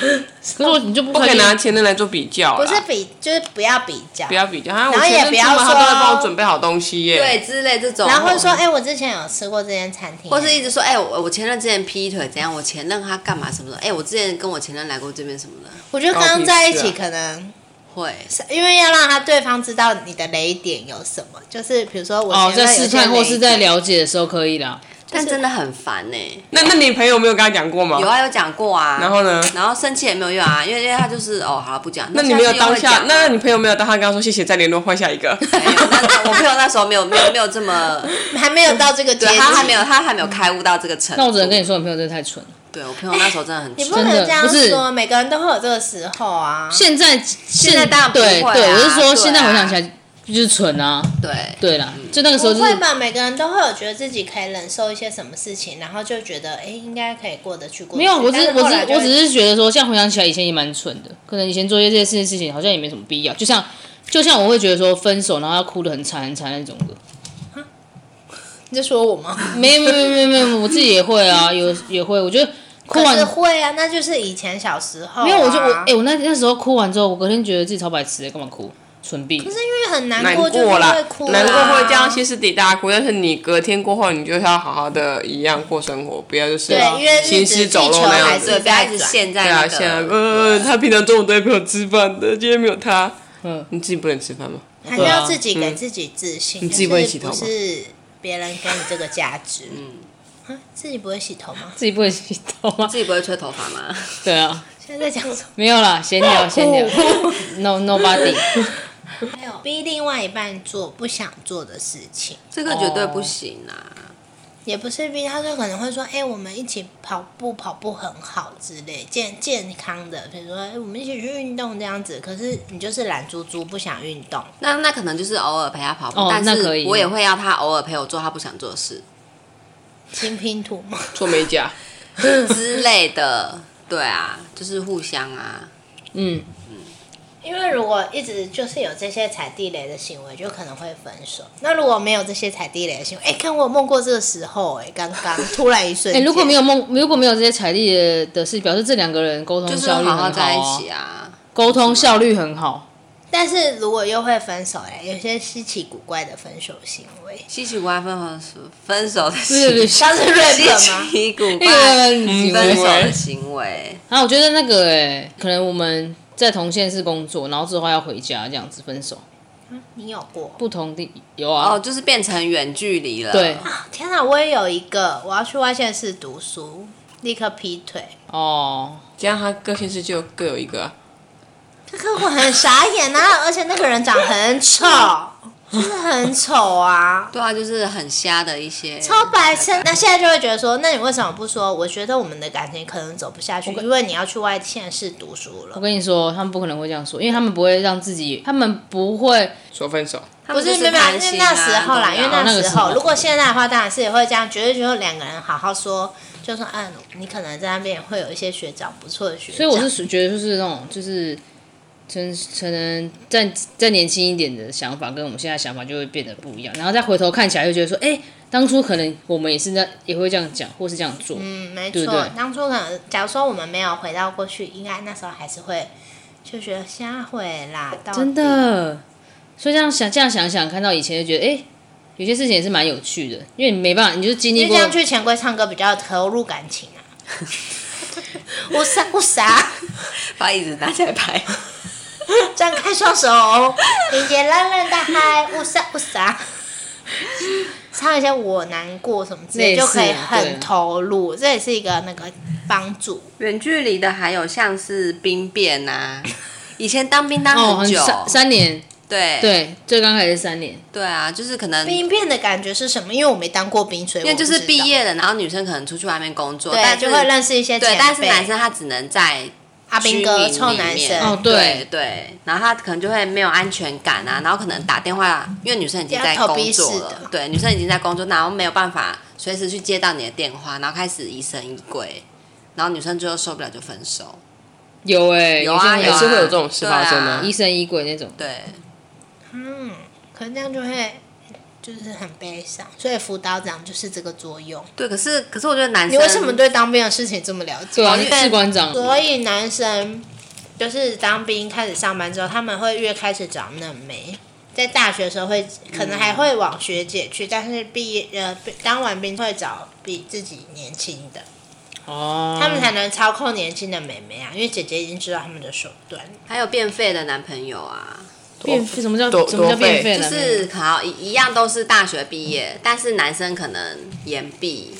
Speaker 4: 可是我你就不
Speaker 3: 不可
Speaker 4: 开
Speaker 3: 以
Speaker 4: 心
Speaker 3: 拿前任来做比较啦
Speaker 2: 不是比，就是不要比较，
Speaker 3: 不要比较，啊，
Speaker 2: 后
Speaker 3: 我前任
Speaker 2: 也不要
Speaker 3: 出门他
Speaker 2: 说
Speaker 3: 都会帮我准备好东西耶。，
Speaker 1: 对，之类这种，
Speaker 2: 然后会说，哎、我之前有吃过这间餐厅，
Speaker 1: 或是一直说，哎、我我前任之前劈腿怎样，我前任他干嘛什么的，哎、我之前跟我前任来过这边什么的，
Speaker 2: 我觉得刚
Speaker 3: 哦
Speaker 2: 刚在一
Speaker 3: 是
Speaker 2: 起
Speaker 3: 啊
Speaker 2: 可能
Speaker 1: 会。
Speaker 2: 是因为要让他对方知道你的雷点有什么，就是比如说
Speaker 3: 啊
Speaker 2: 我
Speaker 4: 哦，
Speaker 2: 前
Speaker 4: 在
Speaker 2: 面有
Speaker 4: 试
Speaker 2: 些
Speaker 4: 探或是
Speaker 2: 雷
Speaker 4: 在
Speaker 2: 点，
Speaker 4: 了解的时候可以啦。
Speaker 1: 但真的很烦呢、
Speaker 3: 那那你朋友没有跟他讲过吗
Speaker 1: 有？啊，有讲过啊。
Speaker 3: 然后呢
Speaker 1: 然后生气也没有用啊，因为因为他就是哦，好不讲。
Speaker 3: 那你
Speaker 1: 下
Speaker 3: 没
Speaker 1: 次
Speaker 3: 有
Speaker 1: 又
Speaker 3: 当
Speaker 1: 会
Speaker 3: 下，
Speaker 1: 讲
Speaker 3: 那你朋友没有当下跟他说谢谢，再联络换下一
Speaker 2: <laughs>
Speaker 3: 个。
Speaker 2: 哎
Speaker 1: 没有那我朋友那时候没有没有没有这么，
Speaker 2: 还啊没有到这个阶
Speaker 1: 对
Speaker 2: 段，
Speaker 1: 他还没有他还没有开悟到这个程度。
Speaker 4: 那我只能跟你说，你朋友真的太蠢了。
Speaker 1: 对我朋友那时候真的很
Speaker 2: 你不
Speaker 1: 蠢
Speaker 2: 能
Speaker 4: 真的
Speaker 2: 这样
Speaker 4: 不是
Speaker 2: 说，每个人都会有这个时候啊。
Speaker 4: 现在现
Speaker 1: 在当然不
Speaker 4: 对
Speaker 1: 会啊
Speaker 4: 对，我是
Speaker 1: 对啊
Speaker 4: 说现在回想起来就是蠢啊。
Speaker 1: 对
Speaker 4: 对啦，就那个时候
Speaker 2: 不
Speaker 4: 就
Speaker 2: 会
Speaker 4: 是
Speaker 2: 吧？每个人都会有觉得自己可以忍受一些什么事情，然后就觉得哎、应该可以过得去。过得
Speaker 4: 没有，
Speaker 2: 去
Speaker 4: 我只
Speaker 2: 但
Speaker 4: 是
Speaker 2: 是
Speaker 4: 我
Speaker 2: 后
Speaker 4: 只
Speaker 2: 来
Speaker 4: 是
Speaker 2: 就
Speaker 4: 我
Speaker 2: 会
Speaker 4: 只是觉得说，现在回想起来以前也蛮蠢的，可能以前做一些这些事情好像也没什么必要。就像就像我会觉得说分手然后要哭得很惨很惨那种 <laughs> 的，
Speaker 2: 你在说我吗？
Speaker 4: 没有没有没有没有没有，我自己也会啊，有也会，我觉得哭
Speaker 2: 可
Speaker 4: 完
Speaker 2: 是会啊，那就是以前小时候、啊。
Speaker 4: 没有，我就我哎、我那那时候哭完之后，我隔天觉得自己超白痴的，干嘛哭？蠢逼
Speaker 2: 可。是因为很难
Speaker 3: <laughs> 难
Speaker 2: 过，就是
Speaker 3: 过啦
Speaker 2: 会哭、啊，，
Speaker 3: 难过会这样歇斯底里大哭，但是你隔天过后，你就是要好好的一样过生活，不要就是
Speaker 2: 对因为日子
Speaker 3: 行尸走肉
Speaker 2: 地球
Speaker 3: 那样
Speaker 2: 还是
Speaker 3: 子。
Speaker 1: 对，不要一直陷在
Speaker 3: 对
Speaker 1: 哎那
Speaker 3: 啊，
Speaker 1: 个。
Speaker 3: 现在呃，他平常中午都在陪我吃饭的，今天没有他，
Speaker 4: 嗯，
Speaker 3: 你自己不能吃饭吗？
Speaker 2: 还是要自己给自己自信。
Speaker 4: 嗯
Speaker 3: 你自己
Speaker 2: 就
Speaker 3: 不会
Speaker 2: 是
Speaker 3: 洗头吗
Speaker 2: 不是别人给你这个价值。嗯，自己不会洗头吗？
Speaker 4: 自己不会洗头吗 <laughs>
Speaker 1: 自？己不会吹头发吗？
Speaker 4: 对啊，
Speaker 2: 现在在讲什
Speaker 4: <laughs>
Speaker 2: 么？
Speaker 4: 没有啦，闲聊闲 <laughs> 聊。No nobody。
Speaker 2: 还有逼另外一半做不想做的事情，
Speaker 1: 这个绝对不行啊！
Speaker 2: 也不是逼，他就可能会说：“哎、我们一起跑步，跑步很好之类，健健康的，比如说、哎我们一起去运动这样子。”可是你就是懒猪猪，不想运动。
Speaker 1: 那那可能就是偶尔陪他跑步，
Speaker 4: 哦
Speaker 1: 但
Speaker 4: 那可
Speaker 1: 是
Speaker 4: 以
Speaker 1: 我也会要他偶尔陪我做他不想做的
Speaker 4: <laughs>
Speaker 1: 事
Speaker 2: 拼拼图吗？
Speaker 3: 做美 <laughs> 甲，
Speaker 1: 之类的。对啊，就是互相
Speaker 4: <laughs>
Speaker 1: 啊。
Speaker 4: 嗯，
Speaker 2: <laughs> 因为如果一直就是有这些踩地雷的行为，就可能会分手。那如果没有这些踩地雷的行为，哎、看我有梦过这个时候、哎，刚刚突然一瞬
Speaker 4: <laughs> 哎、
Speaker 2: 间，
Speaker 4: 如果没
Speaker 2: 有，
Speaker 4: 有梦，如果没有这些财力的的事，表示这两个人沟通
Speaker 1: 就是
Speaker 4: 效率
Speaker 1: 好
Speaker 4: 很好
Speaker 1: 好
Speaker 4: 啊
Speaker 1: 在一起啊。
Speaker 4: 沟通效率很好。
Speaker 2: 但是如果又会分手、哎，有些稀奇古怪的分手行为，
Speaker 1: 稀奇古怪分手分手的
Speaker 4: 对对
Speaker 1: 行 <laughs> 为，
Speaker 4: 对，像
Speaker 2: 是瑞
Speaker 1: 稀
Speaker 2: 典
Speaker 4: 啊
Speaker 2: 吗？
Speaker 1: 奇古
Speaker 4: 那个
Speaker 1: 怪
Speaker 4: 人
Speaker 1: 分手
Speaker 3: 行为
Speaker 1: 的行为，
Speaker 4: 然后我觉得那个哎、可能我们在同县市工作，然后之后要回家这样子分手，
Speaker 2: 你有过？
Speaker 4: 不同地有
Speaker 1: 哦，
Speaker 4: 啊，
Speaker 1: 啊就是变成远距离了。
Speaker 4: 对，
Speaker 2: 天哪，我也有一个，我要去外县市读书，立刻劈腿。
Speaker 4: 哦，
Speaker 3: 这样他各县市就各有一个啊、
Speaker 2: 这客户很傻眼啊， <laughs> 而且那个人长很
Speaker 4: <laughs>
Speaker 2: 丑，就是很丑啊，
Speaker 1: 对啊，就是很瞎的一些
Speaker 2: 超白痴。那现在就会觉得说，那你为什么不说？我觉得我们的感情可能走不下去，因为你要去外县市读书
Speaker 4: 我
Speaker 2: 了。
Speaker 4: 跟你说，他们不可能会这样说，因为他们不会让自己，他们不会
Speaker 3: 说分手，
Speaker 1: 他
Speaker 2: 不
Speaker 1: 们就是
Speaker 2: 没有，没有
Speaker 1: 贪
Speaker 2: 因为
Speaker 1: 心
Speaker 2: 那
Speaker 1: 啊
Speaker 2: 时候啦，因为
Speaker 4: 哦那个
Speaker 2: 时
Speaker 4: 时候
Speaker 2: 候，如果现在的话，当然是也会这样，绝对就两个人好好说，就说，嗯，你可能在那边也会有一些学长不错的学长，
Speaker 4: 所以我是属觉得就是那种就是，可能可能再再年轻一点的想法跟我们现在想法就会变得不一样，然后再回头看起来就觉得说，哎、当初可能我们也是在也会这样讲，或是这样做。
Speaker 2: 嗯，没
Speaker 4: 对
Speaker 2: 错。
Speaker 4: 不对
Speaker 2: 当初可能，假如说我们没有回到过去，应该那时候还是会就觉得瞎回啦，到底
Speaker 4: 真。的，所以这样想这样想想，看到以前就觉得，哎、有些事情也是蛮有趣的，因为你没办法，你就经历
Speaker 2: 因为这
Speaker 4: 过。
Speaker 2: 样去钱柜唱歌比较投入感情
Speaker 1: <laughs>
Speaker 2: 啊。我傻我傻，
Speaker 1: 把椅子拿起来拍。
Speaker 2: 张开双手，迎接蓝蓝大海，我傻我傻。唱一些我难过什么之类，
Speaker 4: 类似
Speaker 2: 就可以
Speaker 1: 啊
Speaker 4: 对
Speaker 2: 很投入，这也是一个那个帮助。
Speaker 1: 远距离的还有像是兵变
Speaker 2: <laughs>
Speaker 1: 啊，以前当兵当很
Speaker 4: 哦，很
Speaker 1: 久，
Speaker 4: 三三年，
Speaker 1: 对
Speaker 4: 对，最刚开始是三年，
Speaker 1: 对啊，就是可能因
Speaker 2: 兵变的感觉是什么？因为我没当过兵，所以
Speaker 1: 为
Speaker 2: 我
Speaker 1: 就
Speaker 2: 不
Speaker 1: 是
Speaker 2: 知
Speaker 1: 毕
Speaker 2: 道，
Speaker 1: 业了，然后女生可能出去外面工作，
Speaker 2: 对，
Speaker 1: 但是
Speaker 2: 就会认识一些
Speaker 1: 对
Speaker 2: 前，
Speaker 1: 但是
Speaker 2: 辈
Speaker 1: 男生他只能在
Speaker 2: 阿兵哥
Speaker 1: 居民
Speaker 2: 臭
Speaker 1: 里
Speaker 2: 男
Speaker 1: 面
Speaker 2: 生
Speaker 4: 哦
Speaker 1: 对
Speaker 4: 对
Speaker 1: 对，然后他可能就会没有安全感啊，然后可能打电话，因为女生已经在
Speaker 2: 嗯要投
Speaker 1: 工
Speaker 2: 币式
Speaker 1: 作
Speaker 2: 的
Speaker 1: 了，对，女生已经在工作，然后没有办法随时去接到你的电话，然后开始疑神疑鬼，然后女生最后受不了就分手，
Speaker 4: 有哎、
Speaker 1: 有啊有
Speaker 4: 些人
Speaker 1: 啊
Speaker 3: 也是会有这种事发生
Speaker 1: 对
Speaker 3: 的、
Speaker 1: 啊
Speaker 4: 疑神疑鬼那种。
Speaker 1: 对，
Speaker 2: 嗯，可能这样就会就是很悲伤，所以辅导长就是这个作用。
Speaker 1: 对，可是可是我觉得男
Speaker 2: 你
Speaker 1: 生
Speaker 2: 为什么对当兵的事情这么了解？
Speaker 4: 对啊，
Speaker 2: 哦因为
Speaker 4: 士官长，
Speaker 2: 所以男生就是当兵开始上班之后，他们会越开始找嫩妹。在大学的时候会可能还会往学姐去，但是毕业呃当完兵会找比自己年轻的，
Speaker 4: 哦，
Speaker 2: 他们才能操控年轻的妹妹啊，因为姐姐已经知道他们的手段了。
Speaker 1: 还有变废的男朋友啊？
Speaker 4: 变什么叫
Speaker 3: 多
Speaker 4: 什么叫
Speaker 3: 多
Speaker 4: 变
Speaker 3: 费
Speaker 4: 废
Speaker 1: 就
Speaker 4: 男朋友？
Speaker 1: 是可能一一样都是大学毕业，但是男生可能延毕，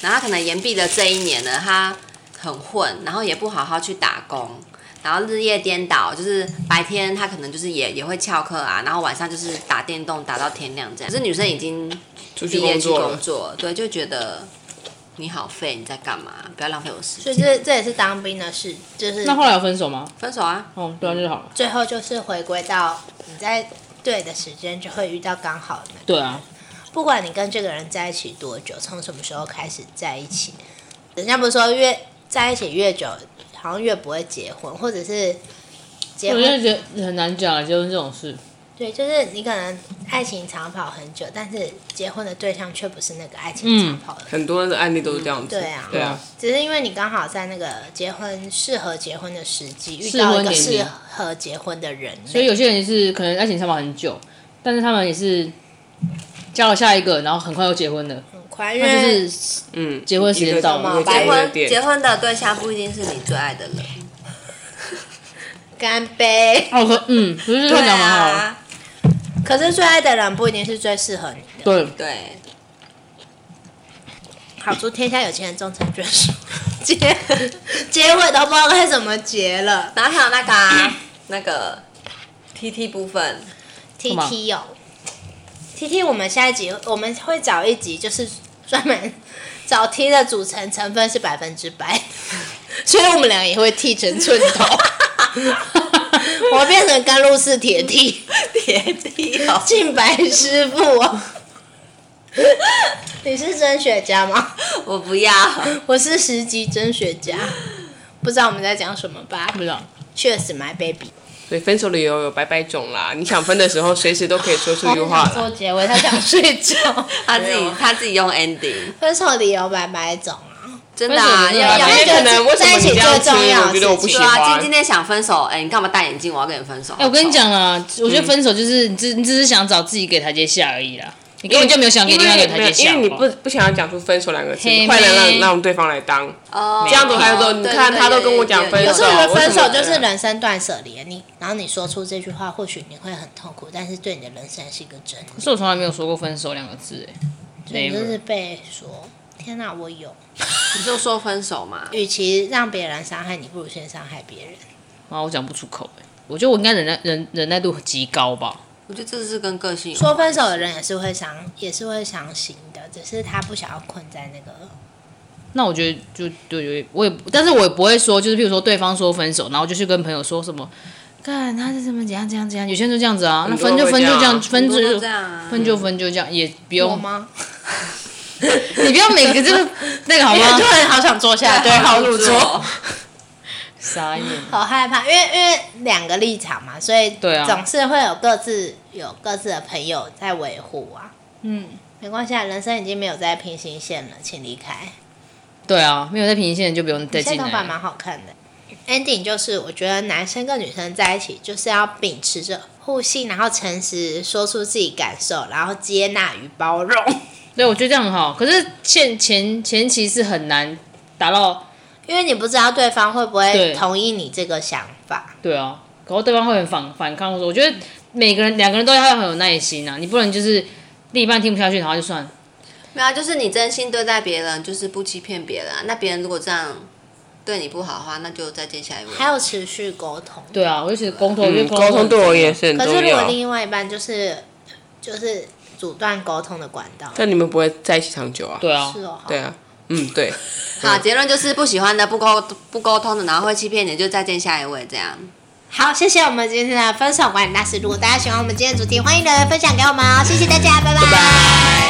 Speaker 1: 然后可能延毕的这一年呢，他很混，然后也不好好去打工，然后日夜颠倒，就是白天他可能就是也也会翘课啊，然后晚上就是打电动打到天亮这样。可是女生已经
Speaker 3: 出去
Speaker 1: 毕业
Speaker 3: 工
Speaker 1: 去
Speaker 3: 作
Speaker 1: 工
Speaker 3: 了，
Speaker 1: 作了，对，就觉得你好废，你在干嘛？不要浪费我时间，
Speaker 2: 所以这这也是当兵的事，就是
Speaker 4: 那后来有分手吗？
Speaker 1: 分手啊！
Speaker 4: 哦，对啊，就好了。
Speaker 2: 最后就是回归到你在对的时间就会遇到刚好的人，
Speaker 4: 对啊，
Speaker 2: 不管你跟这个人在一起多久，从什么时候开始在一起，人家不是说越在一起越久，好像越不会结婚，或者是结
Speaker 4: 我
Speaker 2: 婚
Speaker 4: 就觉得很难讲，结婚这种事。
Speaker 2: 对，就是你可能爱情长跑很久，但是结婚的对象却不是那个爱情长跑的人。
Speaker 3: 很多的案例都是这
Speaker 4: 嗯
Speaker 3: 样子。
Speaker 2: 对啊，
Speaker 3: 对啊，
Speaker 2: 只是因为你刚好在那个结婚适合结婚的时机遇
Speaker 4: 适
Speaker 2: 到一
Speaker 4: 婚
Speaker 2: 个
Speaker 4: 年
Speaker 2: 适
Speaker 4: 龄
Speaker 2: 合结婚的人，
Speaker 4: 所以有些人是可能爱情长跑很久，但是他们也是交了下一个，然后很快又结婚了，
Speaker 2: 很快，因
Speaker 4: 那
Speaker 2: 为
Speaker 4: 就是
Speaker 3: 嗯，
Speaker 4: 结婚时间到了
Speaker 3: 一个
Speaker 1: 结
Speaker 2: 白
Speaker 3: 一个
Speaker 1: 婚
Speaker 3: 点
Speaker 1: 结婚的对象不一定是你最爱的人，
Speaker 2: 干杯。
Speaker 4: 哦，可嗯，
Speaker 1: <laughs>
Speaker 4: 不是这样讲蛮好的。
Speaker 1: 啊，
Speaker 2: 可是最爱的人不一定是最适合你的。
Speaker 4: 对，
Speaker 1: 对，
Speaker 2: 好祝天下有情人终成眷属。结 <laughs> 结尾都不知道该怎么结了。
Speaker 1: 然后还有那个、
Speaker 3: <coughs>
Speaker 1: 啊、那个 T T 部分，
Speaker 2: T
Speaker 4: 嘛
Speaker 2: T 哦，T T，我们下一集我们会找一集，就是专门找 T 的组成成分是百分之百， <laughs> 所以我们俩也会剃成寸头。我会变成甘露寺铁剃，
Speaker 1: 别提哦，
Speaker 2: 净白师傅哦。你是真雪茄吗？
Speaker 1: <laughs> 我不要。
Speaker 2: <laughs> 我是十级真雪茄，不知道我们在讲什么吧
Speaker 4: 不知道。
Speaker 2: 确实 my baby。
Speaker 3: 所以分手理由有百百种啦，你想分的时候，随时都可以说出一句话
Speaker 2: 想
Speaker 3: 啦。
Speaker 2: 做结尾，他想睡觉。 <laughs>
Speaker 1: 他自
Speaker 3: 啊
Speaker 1: 己他自己用 ending，
Speaker 2: 分手理由百百种啊，
Speaker 1: 真的啊，
Speaker 4: 为什么
Speaker 1: 要
Speaker 4: 呢
Speaker 1: 要
Speaker 3: 今
Speaker 2: 那
Speaker 3: 天
Speaker 2: 个
Speaker 3: 可能为什么你这样
Speaker 2: 在一起最重要的
Speaker 3: 吃，我觉得我不喜
Speaker 1: 对啊，今
Speaker 3: 欢
Speaker 1: 今。天想分手，哎、你干嘛戴眼镜？我要跟你分手。
Speaker 4: 哎、我跟你讲啊，我觉得分手就是你只你只是想找自己给台阶下而已啦，你根本就没有想给另外一个台阶
Speaker 3: 因
Speaker 4: 下。
Speaker 3: 为你
Speaker 4: 好
Speaker 3: 不
Speaker 4: 不好
Speaker 3: 不想要讲出分手两个字，
Speaker 4: 嘿
Speaker 3: 快点
Speaker 4: 妹
Speaker 3: 让让对方来当。
Speaker 1: 哦，
Speaker 3: 这样子还有说你看
Speaker 1: 对对
Speaker 3: 他
Speaker 1: 对
Speaker 3: 都
Speaker 1: 啊
Speaker 3: 跟我讲
Speaker 1: 有
Speaker 3: 分
Speaker 2: 有
Speaker 1: 有
Speaker 2: 时候
Speaker 1: 有有
Speaker 2: 我觉得分手
Speaker 3: 为什
Speaker 2: 就
Speaker 3: 么
Speaker 2: 是人生断舍离，你然后你说出这句话，或许你会很痛苦，但是对你的人生是一个真理。
Speaker 4: 可是我从来没有说过分手两个字、哎
Speaker 2: 所以你就
Speaker 4: Never
Speaker 2: 是被说，天哪、我有，
Speaker 1: 你就说分手嘛，
Speaker 2: 与其让别人伤害你，不如先伤害别人。
Speaker 4: 啊，我讲不出口、欸、我觉得我应该忍耐忍忍耐度极高吧。
Speaker 1: 我觉得这是跟个性有
Speaker 2: 说
Speaker 1: 关。
Speaker 2: 分手的人也是会伤，也是会伤心的，只是他不想要困在那个。
Speaker 4: 那我觉得就对对，我也不但是我也不会说，就是譬如说对方说分手，然后就去跟朋友说什么，干他是怎么怎样怎样怎样，有些人就这样子啊，那
Speaker 3: 很多
Speaker 4: 分就
Speaker 3: 会
Speaker 4: 分就
Speaker 3: 这样
Speaker 4: 这样，分
Speaker 1: 很多
Speaker 4: 就
Speaker 1: 都这样啊，
Speaker 4: 分就分就这样，也不
Speaker 2: 有
Speaker 4: 用，
Speaker 2: 吗？
Speaker 4: <laughs> 你不要每个这个那个好 <laughs> 吗？
Speaker 2: 突然好想坐下，对，
Speaker 4: 好
Speaker 1: 入座。
Speaker 4: 傻眼，
Speaker 2: 好害怕，因为因为两个立场嘛，所以
Speaker 4: 对啊
Speaker 2: 总是会有各自有各自的朋友在维护啊。
Speaker 4: 嗯，
Speaker 2: 没关系啊，人生已经没有在平行线了，请离开。
Speaker 4: 对啊，没有在平行线就不用再
Speaker 2: 你现在
Speaker 4: 进
Speaker 2: 头发
Speaker 4: 来了。
Speaker 2: 蛮好看的。Ending 就是我觉得男生跟女生在一起就是要秉持着互信，然后诚实说出自己感受，然后接纳与包容。
Speaker 4: 对，我觉得这样很好，可是前前前期是很难达到，
Speaker 2: 因为你不知道对方会不会
Speaker 4: 对
Speaker 2: 同意你这个想法。
Speaker 4: 对啊，然后对方会很反反抗。我觉得每个人两个人都要很有耐心啊，你不能就是另一半听不下去，然后就算了。
Speaker 1: 没有啊，就是你真心对待别人，就是不欺骗别人啊。那别人如果这样对你不好的话，那就再见下一位。
Speaker 2: 还有持续沟通，
Speaker 4: 对啊，我就觉得沟通，我觉
Speaker 3: 嗯，
Speaker 4: 得
Speaker 3: 沟通对我也是很
Speaker 2: 可是
Speaker 3: 重
Speaker 2: 如果
Speaker 3: 要。
Speaker 2: 另外一半就是就是阻断沟通的管道，
Speaker 3: 但你们不会在一起长久啊？
Speaker 4: 对啊，
Speaker 2: 是哦，好
Speaker 3: 对啊，嗯，对，
Speaker 1: 好，结论就是不喜欢的、不沟不沟通的，然后会欺骗你，就再见下一位这样。
Speaker 2: 好，谢谢我们今天的分手管理大师。如果大家喜欢我们今天的主题，欢迎留言分享给我们哦，谢谢大家，拜拜
Speaker 3: 拜。